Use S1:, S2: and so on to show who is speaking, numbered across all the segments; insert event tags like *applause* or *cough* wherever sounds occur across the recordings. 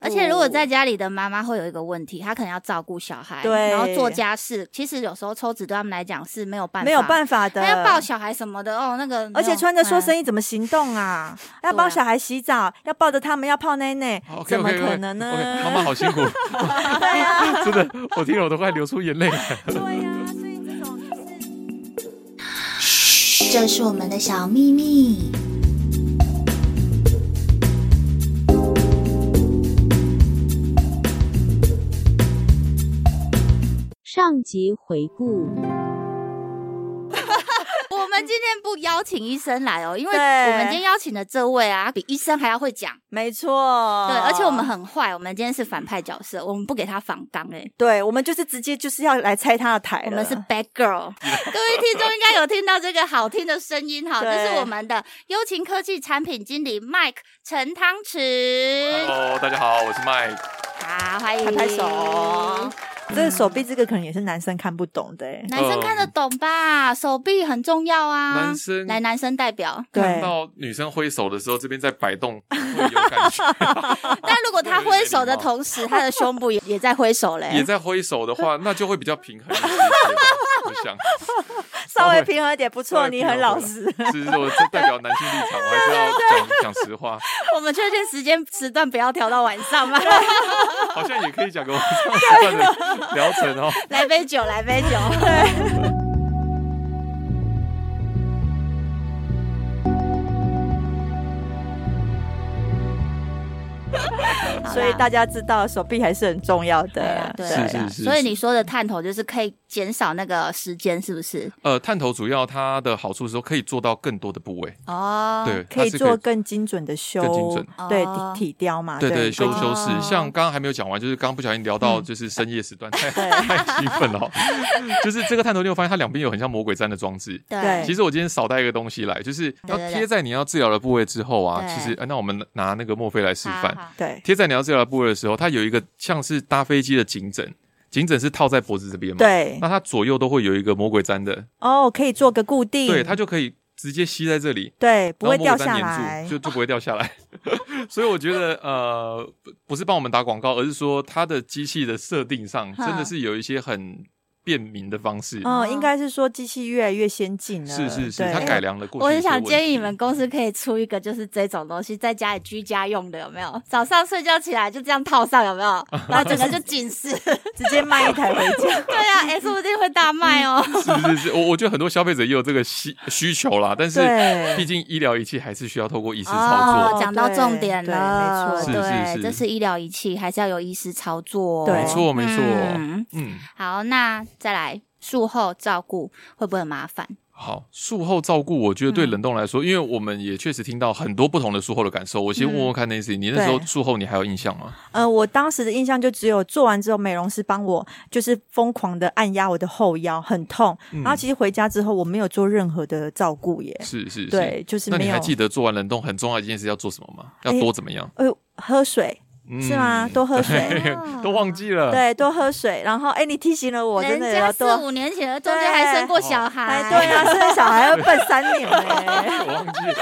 S1: 而且，如果在家里的妈妈会有一个问题，她可能要照顾小孩，
S2: 对
S1: 然后做家事。其实有时候抽纸对他们来讲是没有办法，
S2: 没有办法的，
S1: 她要抱小孩什么的哦，那个没有，
S2: 而且穿着说
S1: 嗯
S2: 生衣怎么行动啊？要
S1: 对
S2: 帮
S1: 啊
S2: 小孩洗澡，要抱着他们，要泡奶奶
S3: 好，，OK
S2: 怎么
S3: OK
S2: 可能呢啊
S3: OK，妈妈哦
S2: *laughs*
S3: 好辛苦， *laughs* 真的，我听了我都快流出眼泪。
S2: 对呀，所以这种就是。
S1: 这是我们的小秘密。
S4: 上集回顾。
S1: *laughs* 我们今天不邀请医生来哦，因为
S2: 对
S1: 我们今天邀请的这位啊，比医生还要会讲。
S2: 没错，
S1: 对，而且我们很坏，我们今天是反派角色，我们不给他反纲哎、
S2: 对，我们就是直接就是要来拆他的台了，嗯
S1: 我们是 Bad
S3: *laughs*
S1: Girl，各位听众应该有听到这个好听的声音哈，
S2: 对
S1: 这是我们的优勤科技产品经理 Mike 陈汤匙，
S3: Hello，大家好，我是麦。
S1: 好，欢
S2: 拍
S1: 迎
S2: 拍手。这个手臂这个可能也是男生看不懂的、欸，
S1: 男生看得懂吧？手臂很重要啊。
S3: 男生
S1: 来，男生代表。
S3: 看
S2: 对，
S3: 到女生挥手的时候，这边在摆动，会
S2: *laughs*
S3: 有感觉。
S1: *laughs* 但如果他挥手的同时，他的胸部也 *laughs* 也在挥手嘞。
S3: 也在挥手的话，那就会比较平衡一些些吧。我想，
S2: *laughs* 稍微平衡一点不
S3: 稍
S2: 错，
S3: 微平
S2: 你
S3: 衡
S2: 很老实。
S3: 是是，我是代表男性立场，我还是要讲讲实话。
S1: 我们确定时间时段不要调到晚上吗？
S3: 好像也可以讲个晚上时段的疗程哦。
S1: *laughs* 来杯酒，来杯
S2: *laughs*
S1: 酒。好啦
S2: *laughs* 所以大家知道手臂还是很重要
S1: 对啊对
S2: 的，，
S3: 是
S1: 啊，
S3: 是是
S1: 所以你说的探头就是可以减少那个时间，是不是？
S3: 呃，探头主要它的好处是说可以做到更多的部位，
S1: 哦，
S3: 对，它
S2: 可以
S3: 啊是
S2: 做更精准的修，
S3: 更精准
S1: 哦
S2: 对体体雕嘛，
S3: 对对，
S2: 对，
S3: 修
S1: 哦
S2: *laughs*
S3: 修饰，像刚刚还没有讲完，就是刚刚不小心聊到就是深夜时
S2: 嗯
S3: 段，太太兴奋了 *laughs* 哦。就是这个探头，你有发现它两边有很像魔鬼毡的装置。
S2: 对
S3: 其实我今天少带一个东西来，就是要
S1: 对对对
S3: 贴在你要治疗的部位之后啊，
S1: 对
S3: 其实、呃那我们拿那个墨菲来示范，
S1: 好
S3: *laughs*
S2: 对
S3: 贴在你要治疗的部位的时候，它有一个像是搭飞机的颈枕，颈枕是套在脖子这边嘛，，
S2: 对
S3: 那它左右都会有一个魔鬼毡的，
S2: 哦，可以做个固定，
S3: 对，它就可以直接吸在这里，
S2: 对不会
S3: 然后
S2: 掉
S3: 魔鬼
S2: 下
S3: 毡
S2: 来
S3: 粘住，就就不会掉下来。 *laughs* 所以我觉得呃，不不是帮我们打广告，而是说它的机器的设定上
S1: 哈
S3: 真的是有一些很便民的方式。
S2: 嗯，应该是说机器越来越先进了，
S3: 是是是，
S2: 对
S3: 它改良了过去。
S1: 我很想建议你们，公司可以出一个就是这种东西，在家里居家用的，有没有？早上睡觉起来就这样套上，有没
S3: *laughs*
S1: 有？然后整个就紧实。
S2: 直接卖一台回家
S1: *laughs* ，对啊， *laughs* 哎、说不定会大卖哦。
S3: 是是是，我我觉得很多消费者也有这个需需求啦， *laughs* 但是
S2: 对
S3: 毕竟医疗仪器还是需要透过医师操
S1: 哦
S3: 作。
S1: 讲到重点了，
S2: 对
S3: 对没错是是
S1: 对，
S3: 是
S1: 这是医疗仪器，还是要有医师操作、哦
S2: 对
S3: 没错没错，
S1: 嗯
S3: 嗯，
S1: 好，那再来术后照顾会不会很麻烦？
S3: 好，术后照顾，我觉得对
S2: 嗯
S3: 冷冻来说，因为我们也确实听到很多不同的术后的感受。我先问问看 Nancy，你那时
S2: 嗯
S3: 候
S2: 对
S3: 术后你还有印象吗？
S2: 呃，我当时的印象就只有做完之后，美容师帮我就是疯狂的按压我的后腰，很痛。然
S3: 嗯
S2: 后其实回家之后，我没有做任何的照顾耶。
S3: 是是是，
S2: 对，就是
S3: 那
S2: 没
S3: 你
S2: 有。
S3: 还记得做完冷冻很重要的一件事要做什么吗？要
S2: 哎
S3: 多怎么样？
S2: 哎呦，喝水、
S3: 嗯
S2: 是吗？多喝
S3: *laughs*
S2: 水，
S3: *laughs*
S1: 哦
S3: 都忘记了。
S2: 对，多喝水。然后，哎，你提醒了我，真
S1: 人
S2: 的
S1: 家
S2: 要
S1: 四
S2: 多。
S1: 五年前的中间还生过小
S2: 哎
S3: 哦
S1: 孩，，*laughs*
S2: 对啊，生小孩要笨三年
S3: *laughs*
S2: 哎。
S3: *laughs* 我忘
S2: *laughs*
S3: 记了。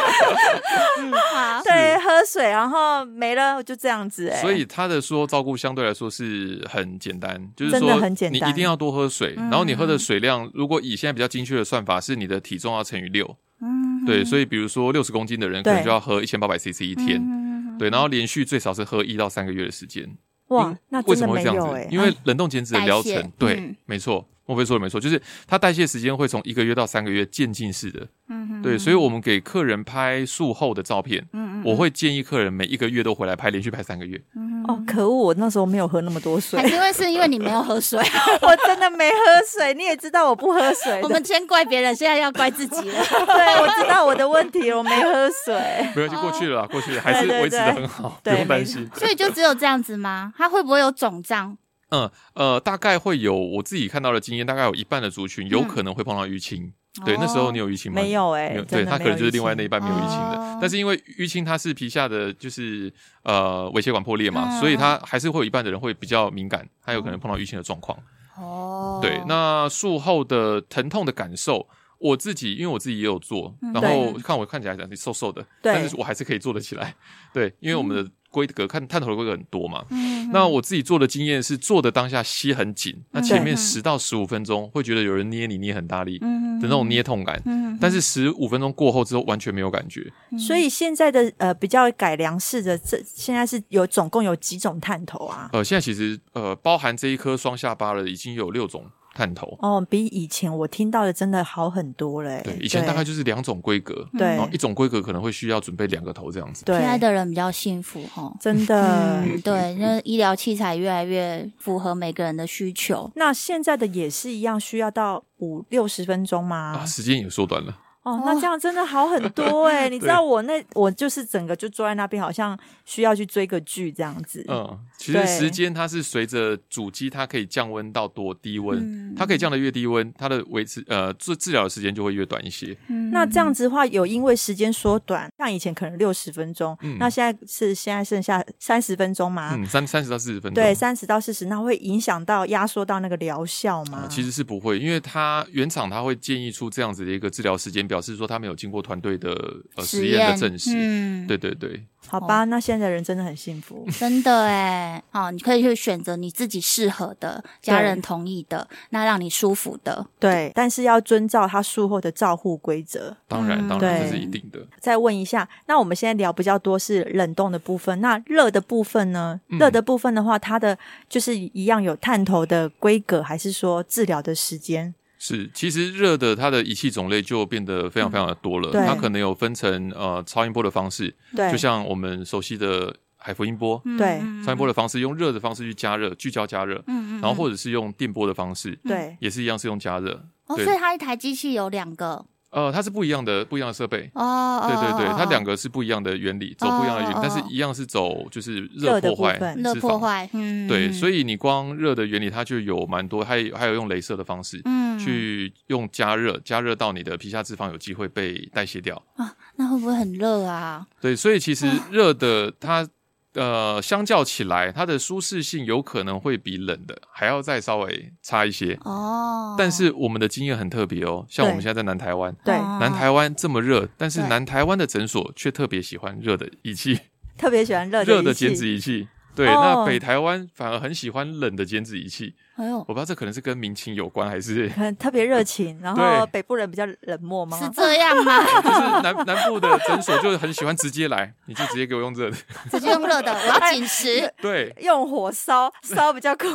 S1: 好
S2: 对，喝水，然后没了，就这样子哎。
S3: 所以他的说照顾相对来说是很简单，就是
S2: 真的
S3: 说
S2: 很简
S3: 你
S2: 单
S3: 一定要多喝水，
S1: 嗯
S3: 然后你喝的水量，如果以现在比较精确的算法，是你的体重要乘以六。
S1: 嗯
S3: 对，所以比如说六十公斤的人可能就要喝一千八百 CC 一天。
S1: 嗯
S3: 对，然后连续最少是喝一到三个月的时间。
S2: 哇
S3: 因，
S2: 那
S3: 为
S2: 真
S3: 什
S2: 的
S3: 么会
S2: 没
S3: 这样
S2: 有
S3: 子
S2: 哎？。
S3: 因为冷冻减脂的疗
S1: 代
S3: 程
S1: 谢，
S3: 对
S1: 嗯，
S3: 没错，莫非说的没错，就是它代谢时间会从一个月到三个月渐进式的。
S1: 嗯哼
S3: 对，所以我们给客人拍术后的照片，
S1: 嗯嗯
S3: 我会建议客人每一个月都回来拍，连续拍三个月，
S1: 嗯
S2: 哦，可恶！我那时候没有喝那么多水
S1: 还，是因为是因为你没有喝水，
S2: 我真的没喝水。你也知道我不喝水
S1: 我
S2: 的
S1: 们，先怪别人，现在要怪自己了。
S2: 对我知道我的问题，我没喝水。
S3: 没关系，过去了啦，过去了，还
S2: 哦对
S3: 是
S2: 对
S3: 维持的
S2: *laughs*
S3: 很好，不
S2: 对
S3: 用担
S2: 没
S3: 心。
S1: 所以就只有这样子吗？它会不会有肿胀？
S3: 嗯呃，大概会有我自己看到的经验，大概有一半的族群有可能会碰到淤青。对，那时 *laughs* 候你有淤青
S2: 嗯
S3: 吗？
S2: 哦没有哎、
S3: 没有，
S2: 真
S3: 对，
S2: 的
S3: 它可能就是另外那一
S2: 半。
S3: 半没有淤青的
S1: 哦。
S3: 但是因为淤青它是皮下的就是呃微血管破裂嘛，
S1: 嗯
S3: 所以它还是会有一半的人会比较敏感，他有可能碰到淤青的状况。
S1: 哦，
S3: 对，那术后的疼痛的感受。我自己，因为我自己也有做，
S1: 嗯
S3: 然后看我看起来长得瘦瘦的，
S2: 对
S3: 但是我还是可以做得起来。对，因为我们的规格看探头的规格很多嘛，
S1: 嗯
S3: 那我自己做的经验是做的当下吸很紧，那前面
S1: 嗯
S3: 十到十五分钟会觉得有人捏你捏很大力的
S1: 嗯
S3: 那种捏，痛感，
S1: 嗯
S3: 但是十五分钟过后之后完全没有感觉。
S2: 所以现在的呃比较改良式的，这现在是有总共有几种探头啊？
S3: 呃，现在其实呃包含这一颗双下巴的已经有六种探头，
S2: 哦，比以前我听到的真的好很多嘞、
S3: 对，嗯以前大概就是两种规格，
S2: 对
S3: 然后一种规格可能会需要准备两个头这样子。
S1: 现在嗯
S2: 对，
S1: 的人比较幸福哈。
S2: 真的。
S1: 嗯，对，那医疗器材越来越符合每个人的需求。
S2: 那现在的也是一样，需要到五六十分钟吗？
S3: 啊，时间也缩短了，
S2: 哦，那这样真的好很
S3: *laughs*
S2: 多哎、你知道我那我就是整个就坐在那边，好像需要去追个剧这样子。
S3: 嗯，其
S2: 对
S3: 实时间它是随着主机它可以降温到多低温
S1: 嗯，
S3: 它可以降得越低温，它的维持呃治治疗的时间就会越短一些。
S1: 嗯
S2: 那这样子的话，有因为时间缩短，像以前可能六十分钟，
S3: 嗯
S2: 那现在是现在剩下三十分钟嘛？
S3: 嗯，三三十到四十分钟，
S2: 对，三十到四十，那会影响到压缩到那个疗效吗？
S3: 啊，其实是不会，因为它原厂它会建议出这样子的一个治疗时间，表示说它没有经过团队的呃实验的证实。
S1: 嗯，
S3: 对对对，
S2: 好吧，那现在人真的很幸福。
S3: 嗯
S1: 真的哎，哦，你可以去选择你自己适合的、家人同意的，那让你舒服的。
S2: 对，但是要遵照他术后的照护规则。
S3: 当然
S1: 嗯
S3: 当然这是
S2: 对
S3: 一定的。
S2: 再问一下，那我们现在聊比较多是冷冻的部分，那热的部分呢？
S3: 嗯
S2: 热的部分的话，它的就是一样有探头的规格，还是说治疗的时间？
S3: 是，其实热的它的仪器种类就变得
S1: 嗯
S3: 非常非常的多了，
S2: 对
S3: 它可能有分成呃超音波的方式，
S2: 对，
S3: 就像我们熟悉的海福音波，
S2: 对
S3: 超音波的方式用热的方式去加热，聚焦加热，
S1: 嗯嗯嗯，
S3: 然后或者是用电波的方式，
S2: 对，
S3: 也是一样是用加热。
S1: 哦，
S3: 对
S1: 所以它一台机器有两个
S3: 呃，它是不一样的不一样的设备，
S1: 哦，
S3: 对对对，它两
S1: 个
S3: 个是不一样的原理，走不一样的原理
S1: 哦，
S3: 但是
S1: 哦
S3: 一样是走就是
S2: 热
S3: 热
S2: 的
S3: 破坏
S2: 部分、
S1: 热
S3: 脂
S1: 破
S3: 肪。
S1: 坏，嗯，
S3: 对，所
S1: 以
S3: 以你光热的原理，它就有蛮多，还有还有用镭射的方式。
S1: 嗯，
S3: 去用加热，加热到你的皮下脂肪有机会被代谢掉。
S1: 啊那会不会很热啊？
S3: 对，所以其实热的它呃，相较起来，它的舒适性有可能会比冷的还要再稍微差一些。
S1: 哦，
S3: 但是我们的经验很特别哦，像我们
S2: 对
S3: 现在在南台湾，
S2: 对
S1: 哦
S3: 南台湾这么热，但是
S1: 对
S3: 南台湾的诊所却特别喜欢热的仪器。
S2: 特别喜欢热
S3: 热
S2: 的
S3: 的
S2: 仪器
S3: 减脂仪器。对，
S2: 哦
S3: 那北台湾反而很喜欢冷的减脂仪器，
S1: 哎呦，
S3: 我不知道这可能是跟民情有关，还是
S2: 可能特别热情，然后
S3: 对
S2: 北部人比较冷漠吗？
S1: 是这样吗？
S3: *laughs* 就是南南部的诊所就很喜欢直接
S2: *laughs*
S3: 来，你就直接给我用热的。
S1: 直接用热的，我要紧实，
S3: 对，
S2: 用火烧烧比较快，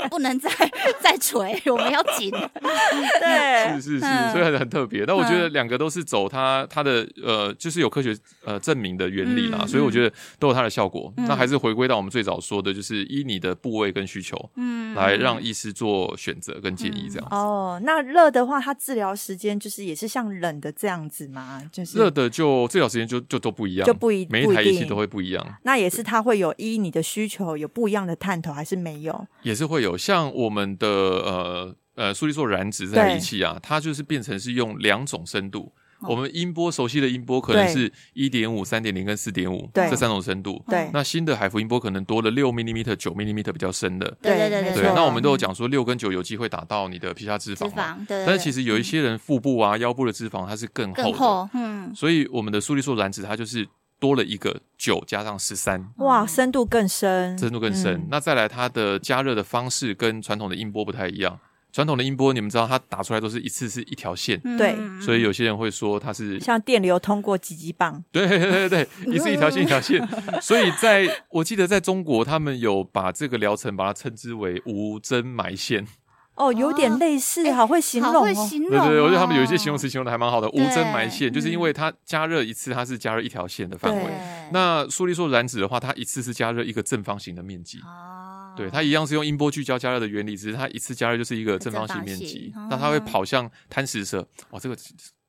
S2: 哎
S1: *laughs* 不能再再锤，我们要
S3: *laughs*
S1: 紧。
S3: 是
S2: 对，
S3: *laughs* 是是，
S1: 嗯
S3: 所以很很特别。但我觉
S2: 嗯
S3: 得两个都是走它它的呃，就是有科学呃证明的原理啦，
S1: 嗯
S3: 所以我觉得都有它的效果。
S1: 嗯
S3: 那还是回归到我们最早说的，就是依你的部位跟需求
S1: 嗯
S3: 来让医师做选择跟建议，这样。
S2: 哦，那热的话，它治疗时间就是也是像冷的这样子吗？就是
S3: 热的就治疗时间就就都不一样，
S2: 就不一
S3: 每一
S2: 不一
S3: 台仪器
S2: 定
S3: 都会不一样。
S2: 那也是它会有依你的需求有不一样的探头，还是没有？
S3: 也是会有，像我们的呃呃苏力硕燃脂这台仪器啊，它就是变成是用两种深度。
S1: 哦
S3: 我们音波熟悉的音波可能是一点五、三点零跟四点五
S2: 对
S3: 这三种深度。
S2: 对
S3: 那新的海福音波可能多了六 m m 九 m m 比较深的。
S1: 对
S2: 对
S1: 对对嗯
S2: 没
S3: 对，
S2: 错
S3: 那我们都有讲说六跟九有机会打到你的皮下脂
S1: 脂
S3: 肪嘛，
S1: 肪，对，
S3: 但是其
S1: 实
S3: 实有一些人腹部啊、腰部的脂肪它是更厚
S1: 更
S3: 的，
S1: 厚，嗯，
S3: 所以我们的苏力硕燃脂它就是多了一个九加上十三，
S1: 哦
S2: 哇，深度更深，
S3: 深度更深。
S2: 嗯
S3: 那再来，它的加热的方式跟传统的音波不太一样。传统的音波，你们知道它打出来都是一次是一条线，
S1: 嗯
S2: 对
S1: 嗯
S3: 所以有些人会说它是
S2: 嗯像电流通过几级棒，
S3: 对对对对，一次一条线一条线。所以在我记得在中国，他们有把这个疗程把它称之为无针埋线。
S2: 哦，有点类似，好会形容
S1: 啊哎好会
S2: 哦。
S1: 形
S3: 对
S1: 容、哦，
S3: 对对，我觉得他们有一些形容词形容的还蛮好的，无针埋线，
S1: 对
S3: 就是因为它加热一次它是加热一条线的范
S2: 嗯对
S3: 围。那苏力硕燃脂的话，它一次是加热一个正方形的面积。
S1: 哦，
S3: 对，它一样是用音波聚焦加热的原理，只是它一次加热就是一个正方形面积
S1: 正方，形
S3: 那它会
S1: 哦
S3: 跑向贪食蛇。哇，这个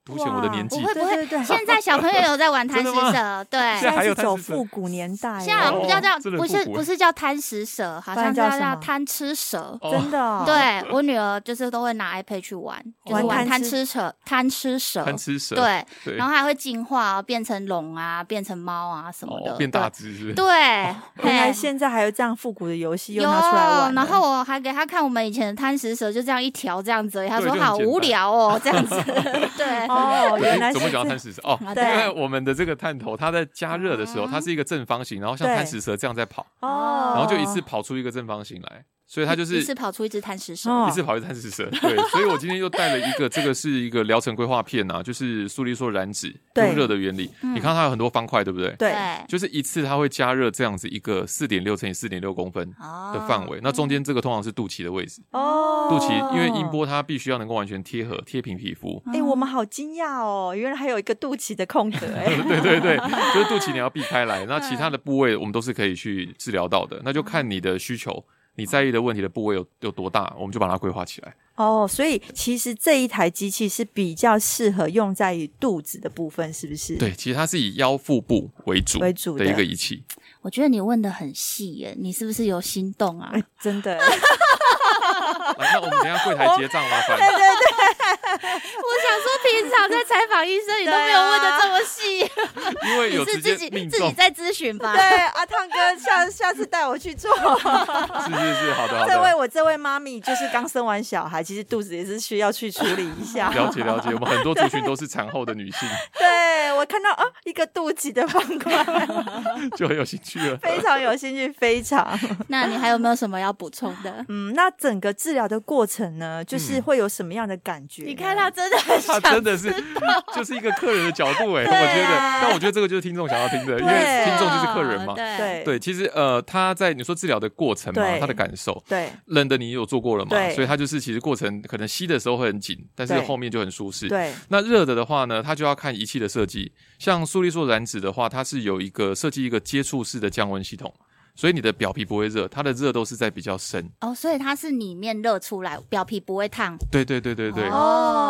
S3: 凸显我的
S2: 哇
S3: 年纪
S1: 不。会不
S2: 对对
S1: 会，*laughs*
S2: 对
S1: 现在小朋友有在玩贪
S3: *laughs* 真
S1: 食
S3: 的吗
S1: 蛇，对
S3: 现。 *laughs* 在还有
S2: 是走
S3: 贪吃蛇
S2: 复古年代，
S1: 现在好像不叫叫
S3: 哦真，的
S1: 不
S3: 复
S1: 是
S3: 古
S1: 不是叫贪食蛇，好
S2: 不
S1: 像
S2: 然叫
S1: 叫
S2: 什么
S1: 叫贪吃蛇。
S3: 哦
S2: 真的哦
S1: 对我女儿就是都会拿 iPad 去玩，就是
S2: 玩
S1: 玩
S2: 贪
S1: 贪
S2: 吃
S1: 吃蛇，贪吃蛇，
S3: 贪吃蛇，
S1: 对，
S3: 对
S1: 然，后还会进化、哦、变成龙啊，变成猫啊什么的，
S3: 哦，变大只哦是不是
S1: 对，对，
S2: 原来
S1: *laughs* 嘿
S2: 现在还有这样复古的游戏又
S1: 有，
S2: 拿出来玩了，
S1: 然后我还给他看我们以前的贪食蛇，就这样一条这样子而已，他
S3: 对
S1: 说
S3: 就很
S1: 好
S3: 简单
S1: 无聊哦，这样
S3: *laughs*
S1: 子，对，
S2: 哦，原来
S3: 怎么
S2: 是
S3: 讲到
S2: 这
S3: 贪食蛇？哦，
S1: 啊
S3: 因
S1: 对嗯
S3: 为我们的这个探头，它在加热的时候，它是一个正方形，然后像
S2: 对
S3: 贪食蛇这样在跑，
S2: 哦，
S3: 然后就一次跑出一个正方形来，所以它就是
S1: 一次跑出一只贪食蛇，
S2: 哦
S3: 一次跑一次贪食蛇。对，所以我今天又带了一个，这个是一个疗程规划片啊，就是苏力硕燃脂
S2: 对
S3: 用热的原理。
S1: 嗯
S3: 你看它有很多方块，对不对？
S2: 对
S3: 就是一次它会加热这样子一个四点六乘以四点六公分
S1: 哦
S3: 的范围，那中间这个通常是肚脐的位置，
S2: 哦，
S3: 肚脐因为音。波它必须要能够完全贴合贴平皮肤。 *laughs*
S2: 哎、我们好惊讶哦！原来还有一个肚脐的空
S3: *laughs*
S2: 格哎、
S3: 对对对，就是肚脐你要避开来，
S1: 嗯
S3: 那其他的部位我们都是可以去治疗到的，那就看你的需求，你在意的问题的部位有有多大，我们就把它规划起来。
S2: 哦，所以其实这一台机器是比较适合用在于肚子的部分，是不是？
S3: 对，其实它是以腰腹部为主
S2: 为主的
S3: 的一个
S1: *laughs*
S3: 仪器，
S1: 我觉得你问的很细耶，你是不是有心动
S2: *laughs*
S1: 啊？
S2: 哎，
S1: *laughs*
S2: 真的，
S3: 来，啊那我们等一下柜台结账，麻
S1: *laughs*
S3: 烦。
S1: 我想说，平常在采访医生，你都没有问的这么
S2: *laughs*
S1: 细，
S3: 因为有
S1: 你
S3: 直
S1: 是
S3: 接
S1: 自己
S3: 命
S1: 自己
S3: 中，
S1: 在咨询吧
S2: 对？阿汤哥下下次带我去做。
S3: *laughs* 是是是，好的好
S2: 这位
S3: 的。
S2: 我这位妈咪就是刚生完小孩，其实肚子也是需要去处理一下。
S3: 了解了解，我们很多族群都是产后的女性，
S2: 对我看到啊，一个肚脐的方块，
S3: 就很有兴趣了。
S2: *laughs* 非常有兴趣，非
S3: *laughs*
S2: 常。
S1: 那你还有没有什么要补充的？
S2: 嗯，那整个治疗的过程呢，
S3: 嗯
S2: 就是会有什么样的感觉
S1: *laughs*
S2: 呢？
S1: 你看他真的很
S3: 他
S1: 想，
S3: 真的是就是一个客人的角
S2: *laughs*
S3: 度哎、我觉得，但我觉得这个就是听众想要听的，因
S2: 啊对啊
S3: 为听众就是客人嘛。
S1: 对
S2: 对
S3: 对，其实呃，他在你说治疗的过程嘛
S2: 对，
S3: 他的感受，
S2: 对
S3: 冷的你有做过了嘛
S2: 对，
S3: 所以他就是其实过程可能吸的时候会很紧，但是
S2: 对
S3: 后面就很舒适。
S2: 对
S3: 那热的的话呢，它就要看仪器的设计。像苏力硕燃脂的话，它是有一个设计一个接触式的降温系统，所以你的表皮不会热，它的热都是在比较深。
S1: 哦，所以它是里面热出来，表皮不会烫，
S3: 对对对对对，
S1: 哦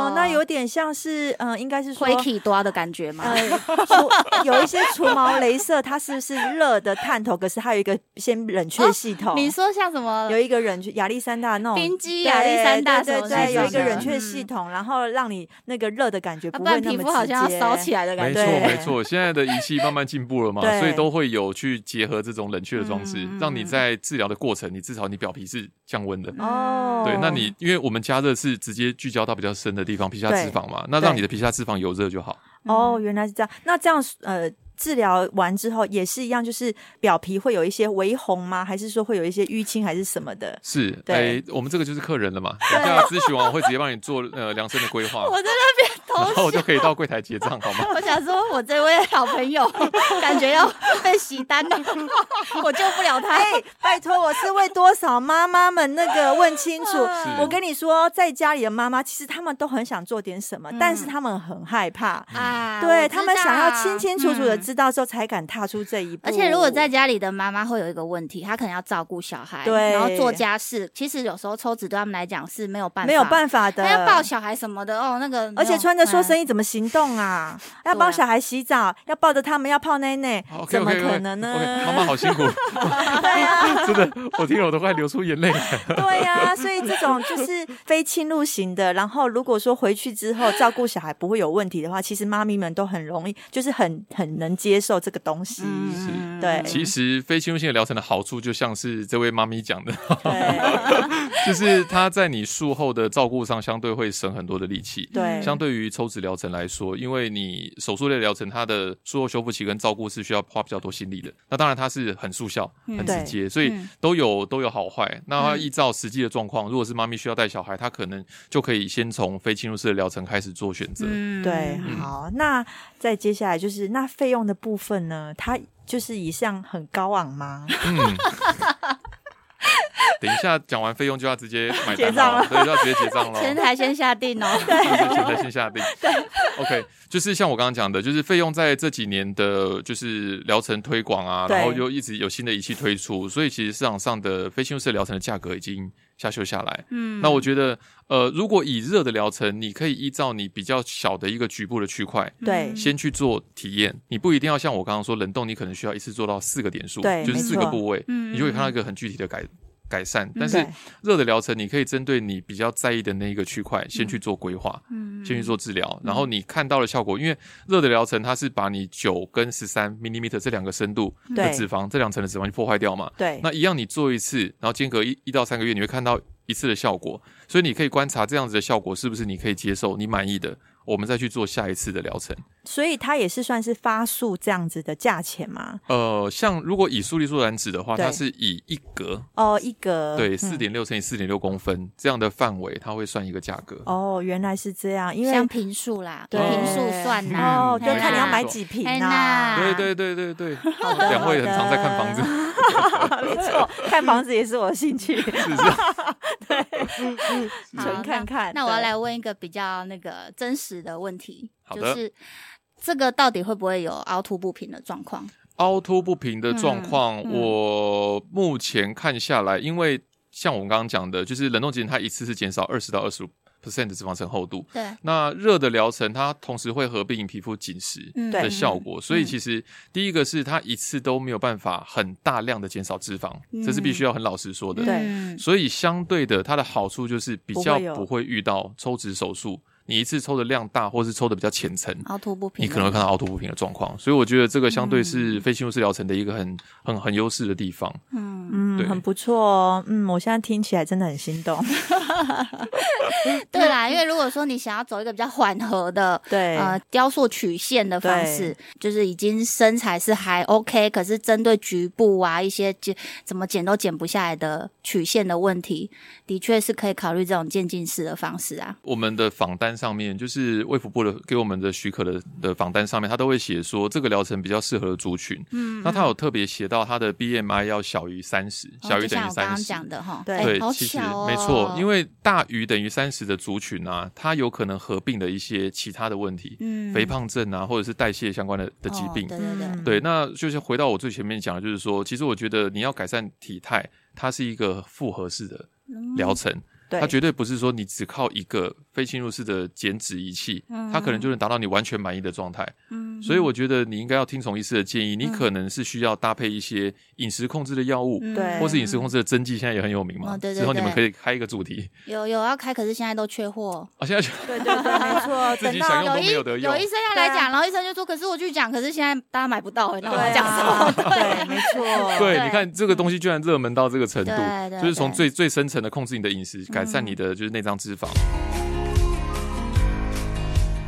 S2: 哦，那有点像是嗯、呃应该是说
S1: 灰体多的感觉吗？
S2: 呃，除 *laughs* 有一些除毛镭射，它是不是热的探头？可是它有一个先冷却系统。
S1: *laughs* 你说像什么
S2: 有？一个冷却亚历山大那种
S1: 冰激
S2: 对
S1: 亚历山大
S2: 对
S1: 什么嗯
S2: 对对，
S3: 之
S2: 有一
S3: 类
S2: 个
S3: 的
S2: 冷却系统，然后让你那个热的感觉
S1: 啊
S2: 不
S1: 不
S2: 会
S1: 然
S2: 那
S1: 皮
S2: 么
S1: 肤好像要烧起
S2: 来。
S1: 来的感
S3: 没
S1: 觉。
S3: 错
S2: 对
S3: 没错。现在的仪器慢慢进步了嘛
S2: 对，
S3: 所以都会有去结合这种冷却的装置，
S1: 嗯嗯
S3: 让你在治疗的过程，你至少你表皮是降温的。
S2: 哦，
S3: 对，那你因为我们加热是直接聚焦到比较深的地方，皮下脂肪嘛，那让你的皮下脂肪有热就好。
S2: 哦，原来是这样。那这样呃，治疗完之后也是一样，就是表皮会有一些微红吗？还是说会有一些淤青还是什么的？
S3: 是，
S2: 对
S3: 哎，我们这个就是客人了嘛，等一下咨询完我会直接帮你做呃量身的规
S2: *laughs*
S3: 划，
S1: *laughs* 我在那边
S3: *laughs* 然后
S1: 偷
S3: 我就
S1: 笑，
S3: 可以到柜台结账，好吗？
S1: 我想说，我这位好朋友感觉要被洗单了， *laughs* 我救不了 *laughs* 他。
S2: *laughs* 哎，拜托，我是为多少妈妈们那个问清 *laughs* 楚。我跟你说，在家里的妈妈其实她们都很想做点什么，但是她们很害怕，
S1: 啊
S2: 对她们想要清清楚楚的
S1: 嗯
S2: 知道之后，才敢踏出这一步。
S1: 而且如果在家里的妈妈会有一个问题，她可能要照顾小孩，
S2: 对
S1: 然后做家事，其实有时候抽脂对他们来讲是没有办法，
S2: 没有办法的，
S1: 她要抱小孩什么的哦，那个没有，
S2: 而且穿着说
S1: 嗯
S2: 生意怎么行动啊？要
S1: 对
S2: 帮
S1: 啊
S2: 小孩洗澡，要抱着他们，要泡奶奶，
S3: OK
S2: 怎么
S3: OK
S2: 可能呢
S3: OK，妈妈好辛苦， *laughs* 真的，我听了我都快流出眼泪了。
S1: *laughs*
S2: 对呀、所以这种就是非侵入型的。然后如果说回去之后照顾小孩不会有问题的话，其实妈咪们都很容易，就是很很能接受这个东西。
S1: 嗯
S2: 对
S3: 其实非侵入性的疗程的好处，就像是这位妈咪讲的，
S1: *laughs*
S2: 对
S3: 就是它在你术后的照顾上相对会省很多的力气。
S2: 对，
S3: 相对于抽脂疗程来说，因为你手术类疗程，它的术后修复期跟照顾是需要花比较多心力的。那当然它是很速效、
S1: 嗯
S3: 很直接，所以
S1: 嗯
S3: 都有都有好坏。那
S1: 嗯
S3: 依照实际的状况，如果是妈咪需要带小孩，她可能就可以先从非侵入式的疗程开始做选择。
S1: 嗯
S2: 对，好，那再接下来就是那费用的部分呢，它就是一项很高昂吗？
S3: 嗯，等一下讲完费用就要直接买
S2: 结
S3: 单
S2: 账
S3: 了，
S2: 了
S3: 对，就要直接
S1: *laughs*
S3: 结账了。哦
S1: 前台先下定哦。
S3: *laughs* 前台先下定。OK，就是像我刚刚讲的，就是费用在这几年的，就是疗程推广啊，
S2: 对
S3: 然后又一直有新的仪器推出，所以其实市场上的非侵入式疗程的价格已经下修下来。
S1: 嗯，
S3: 那我觉得，呃，如果以热的疗程，你可以依照你比较小的一个局部的区块，
S2: *laughs* 对
S1: 嗯
S3: 先去做体验，你不一定要像我刚刚说冷冻，你可能需要一次做到四个点数，
S2: 对
S3: 就是四
S2: 没
S3: 个
S2: 错
S3: 部位，
S1: 嗯
S3: 你就会看到一个很具体的改改善。但是
S2: 对
S3: 热的疗程，你可以针对你比较在意的那一个区块先去做规划，
S1: 嗯
S3: 先去做治疗，然后你看到的效果，因为热的疗程它是把你九跟十三 m m 这两个深度的
S2: 对
S3: 脂肪这两层的脂肪去破坏掉嘛，
S2: 对
S3: 那一样你做一次，然后间隔一一到三个月，你会看到一次的效果，所以你可以观察这样子的效果是不是你可以接受，你满意的，我们再去做下一次的疗程。
S2: 所以它也是算是发数这样子的价钱嘛？
S3: 呃，像如果以速力素染纸的话，
S2: 对
S3: 它是以一格
S2: 哦，一格
S3: 对
S2: 嗯
S3: 四点六乘以四点六公分这样的范围，它会算一个价格。
S2: 哦，原来是这样，因为
S1: 像平数啦，
S2: 对
S1: 平数算啦。
S2: 哦，
S3: 嗯
S2: 对，
S1: 嘿
S2: 看你要
S1: 啦
S2: 买几瓶啊
S1: 嘿
S2: 呐、
S1: 啦
S3: 对对对对对， *laughs*
S2: 的
S3: 啊两位很常在看房子，
S2: *laughs* 没错，看房子也是我的兴趣，
S3: *laughs*
S2: *laughs*
S3: 是不是？
S1: 好
S2: 纯看看
S1: 那。那我要
S2: 对
S1: 来问一个比较那个真实的问题，
S3: 好
S1: 就
S3: 的
S1: 是这个到底会不会有凹凸不平的状况？
S3: *laughs* 凹凸不平的状况，
S1: 嗯嗯
S3: 我目前看下来，因为像我们刚刚讲的，就是冷冻结晶它一次是减少二十到二十五 percent 的脂肪层厚度，
S1: 对，
S3: 那热的疗程它同时会合并皮肤紧实
S1: 嗯
S3: 的
S2: 对
S3: 效果，所以其实第一个是它一次都没有办法很大量的减少脂肪，
S1: 嗯
S3: 这是必须要很老实说的。
S2: 对
S1: 嗯
S3: 所以相对的，它的好处就是比
S2: 不
S3: 较
S2: 会有
S3: 不会遇到抽脂手术，你一次抽的量大，或是抽的比较浅层，
S1: 凹凸不平，
S3: 你可能会看到凹凸不平的状况，所以我觉得这个相对是非侵入式疗程的一个很很很优势的地方。
S1: 嗯，
S2: 嗯，
S3: 对
S2: 很不错哦。嗯，我现在听起来真的很心动。
S1: 对啦，因为如果说你想要走一个比较缓和的。
S2: *laughs* 嗯对，
S1: 呃，雕塑曲线的方式，就是已经身材是还 OK，可是针对局部啊一些减怎么减都减不下来的曲线的问题，的确是可以考虑这种渐进式的方式啊。
S3: 我们的访单上面，就是卫福部的给我们的许可的的访单上面，他都会写说这个疗程比较适合的族群。嗯，那他有特别写到他的 BMI 要小于三十，小
S1: 哦
S3: 于
S1: 就
S3: 等
S1: 像
S3: 于
S1: 我刚
S3: 三
S1: 刚
S3: 十。
S1: 讲的哈，
S2: 对
S1: 哎
S3: 对，
S1: 好
S3: 其实
S1: 巧哦，
S3: 没错，因
S1: 为
S3: 为大于等于三十的族群啊，它有可能合并的一些其他的问题，
S1: 嗯哦
S3: 肥胖症啊，或者是代谢相关的的疾病。
S1: 对对对，
S2: 嗯
S3: 对，那就是回到我最前面讲的，就是说，其实我觉得你要改善体态，它是一个复合式的
S1: 嗯
S3: 疗程，
S2: 对，
S3: 它绝对不是说你只靠一个非侵入式的减脂仪器，它可能就能达到你完全满意的状态。
S1: 嗯
S3: 所以我觉得你应该要听从医师的建议，你
S1: 嗯
S3: 可能是需要搭配一些饮食控制的药物，
S2: 对
S3: 或是饮
S1: 嗯
S3: 食控制的针剂，现在也很有名嘛。
S1: 哦对对
S3: 之后你们
S1: 对
S3: 可以开一个主题
S1: 有有要开，可是现在都缺货。
S3: 啊，现在就
S2: 对对对，没错。
S3: 自
S2: 等
S3: 己
S2: 到
S3: 想用都
S1: 医
S3: 没有得用
S1: 有医生要来
S2: 对
S1: 讲，
S2: 啊
S1: 然后医生就说：“可是我去讲，可是现在大家买不到、欸，那我
S2: 对啊
S1: 们讲什么？”
S2: *laughs* 对，没错。
S3: 对，
S1: 对
S3: 你看这个东西居然热门到这个程度
S1: 对，对
S3: 就是从
S1: 对嗯
S3: 最最深层的控制你的饮食，改善你的就是内脏脂肪。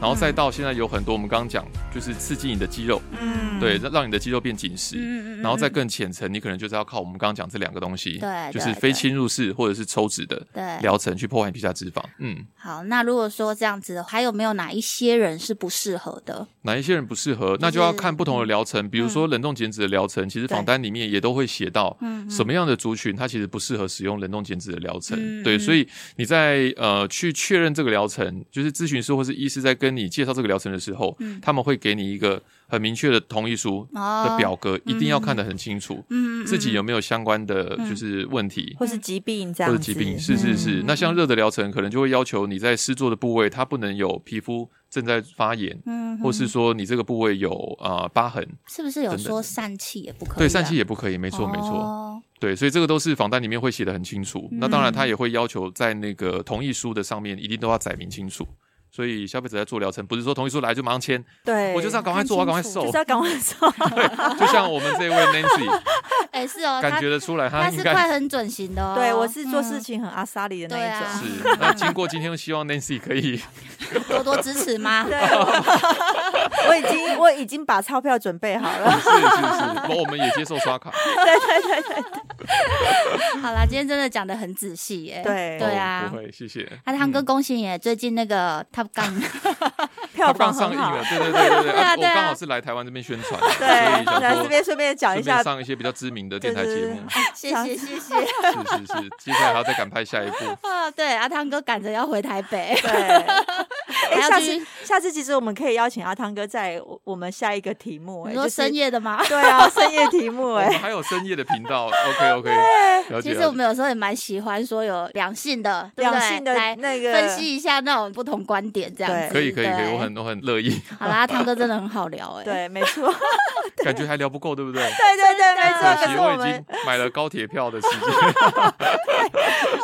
S3: 然后再到现在有很多我们刚刚讲，就是刺激你的肌肉，
S2: 嗯，
S3: 对，让让你的肌肉变紧实。
S1: 嗯
S3: 然后再更浅层，你可能就是要靠我们刚刚讲这两个东西，
S1: 对
S3: 就是
S1: 对
S3: 非
S1: 对
S3: 侵入式或者是抽脂的
S1: 对
S3: 疗程去破坏你皮下脂肪。嗯，
S1: 好，那如果说这样子，还有没有哪一些人是不适合的？
S3: 哪一些人不适合，那就要看不同的
S1: 嗯
S3: 疗程，比如说冷冻减脂的疗程，其实
S2: 对
S3: 访单里面也都会写到
S1: 嗯
S3: 什么样的族群它其实不适合使用冷冻减脂的疗程。
S1: 嗯
S3: 对，
S1: 嗯
S3: 所以你在呃去确认这个疗程，就是咨询师或是医师在跟你介绍这个疗程的时候，
S1: 嗯
S3: 他们会给你一个很明确的同意书
S1: 哦
S3: 的，表格，一定要看得很清楚，
S1: 嗯，嗯
S3: 自己
S1: 嗯
S3: 有没有相关的就是问题。
S2: 或是疾病这
S3: 或
S2: 样
S3: 者
S2: 子，嗯
S3: 疾病，是是
S1: 嗯
S3: 是。那像热的疗程，可能就会要求你在施做的部位，它不能有皮肤正在发炎，
S1: 嗯，
S3: 或是说你这个部位有呃疤痕，
S1: 是不是有
S3: 等等
S1: 说疝气也不可以啊？
S3: 对，疝气也不可以，没错没错，
S1: 哦
S3: 对，所以这个都是访单里面会写的很清楚。那当然，
S1: 嗯
S3: 他也会要求在那个同意书的上面一定都要载明清楚。所以消费者在做疗程，不是说同意书来就马上签，
S2: 对，哦
S3: 我就是要赶快做，我要赶快瘦
S2: 就是。要赶快瘦，
S3: 就像我们这位
S1: *laughs*
S3: Nancy，
S1: 哎、是哦，
S3: 感觉得出来，
S1: 他
S3: 他
S1: 是
S3: 应该
S1: 快很准型的哦。
S2: *laughs* 对我是做
S1: 嗯
S2: 事情很阿莎莉的那一种，
S1: 对
S3: 是。那经过 *laughs* 今天，希望 Nancy 可以
S2: 啊
S1: 多多支持吗？
S2: *laughs* 对，我我已经我我已经把钞票准备好了。
S1: *laughs*
S3: 是是是，我们也接受刷卡。
S1: 好啦，今天真的讲的很仔细耶、
S2: 对
S1: 对啊
S3: 哦不。会，谢谢。
S1: 啊，汤哥，恭喜你！最近那个 Top Gun
S2: 票
S3: 刚
S2: 房
S3: 上
S2: 很
S3: 映
S2: 好
S3: 了，。对对对对
S1: *laughs*
S3: 对，
S1: 对啊
S3: 啊我
S1: 对啊
S3: 刚好是来台湾这边宣传，
S2: *laughs* 对，
S3: 所以想
S2: 来
S3: 说
S2: 这边顺便讲一
S3: 顺
S2: 下
S3: 便，上一些比较知名的电台节目，
S1: 谢谢谢谢
S3: 是是是，接下来还要再赶拍
S2: *laughs*
S3: 下一部。哦
S1: 啊！对，阿汤哥赶着要回台北，
S3: *laughs*
S2: 对，哎、
S1: 还要
S2: 下
S1: 去
S2: 次下次其实我们可以邀请阿汤哥在我我们下一个题目、哎，
S1: 你说
S2: 就是
S1: 深夜的吗？
S2: *laughs* 对啊，深夜
S1: *laughs*
S2: 题目
S3: 我
S2: 哎、
S3: 们还有深夜的频道，OK OK，了解。
S1: 其实
S3: 了
S1: 我们有时候也蛮喜欢说有两性的，对不对
S2: 两性的
S1: 来
S2: 那个
S1: 分析一下那种不同观点，这样
S2: 对
S1: 子
S3: 解可以可以可以，
S1: 对
S3: 我很
S2: 欸
S3: 我很
S2: *laughs*
S3: 乐意，
S1: 好啦，汤哥真的很好聊哎、
S2: 对，没错， *laughs*
S3: 感觉还聊不够，对不对？
S2: 对对对，没
S3: 可
S2: 错。可
S3: 惜
S2: 是我
S3: 我已经
S2: 们，
S3: 买了高铁票的时间，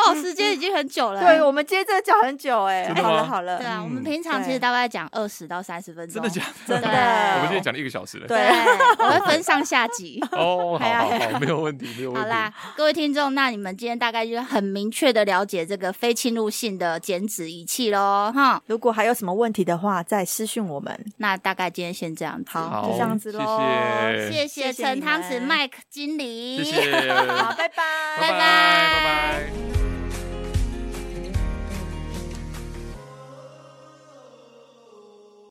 S1: 哦，时间已经很久了、
S2: 对我们今天真的讲很久哎、
S3: 真的
S2: 好
S3: 吗
S2: 了好了，
S1: 对啊，
S3: 嗯
S1: 我们平常
S2: 对
S1: 其实大概讲二十到三十分钟，
S3: 真的假
S1: 真
S2: 的
S3: 我
S1: 对
S3: 们今天讲了一个小时了。
S2: 对
S1: 对，我会分上下
S3: *laughs*
S1: 集。
S3: 哦，好
S1: 哎
S3: 好好，没有问题，没有问
S1: 好
S3: 题。
S1: 啦，各位听众，那你们今天大概就是很明确的了解这个非侵入性的减脂仪器喽，哈。
S2: 如果还有什么问题的话，再私讯我们。
S1: 那大概今天先这样子，
S2: 好
S3: 好，
S2: 就这样子
S3: 谢
S2: 咯
S3: 谢，
S1: 谢谢
S2: 谢谢
S1: 陈
S2: 你
S1: 汤匙
S2: 们
S1: Mike 经理，
S3: 谢谢，
S2: 好，拜拜
S3: 拜拜拜拜。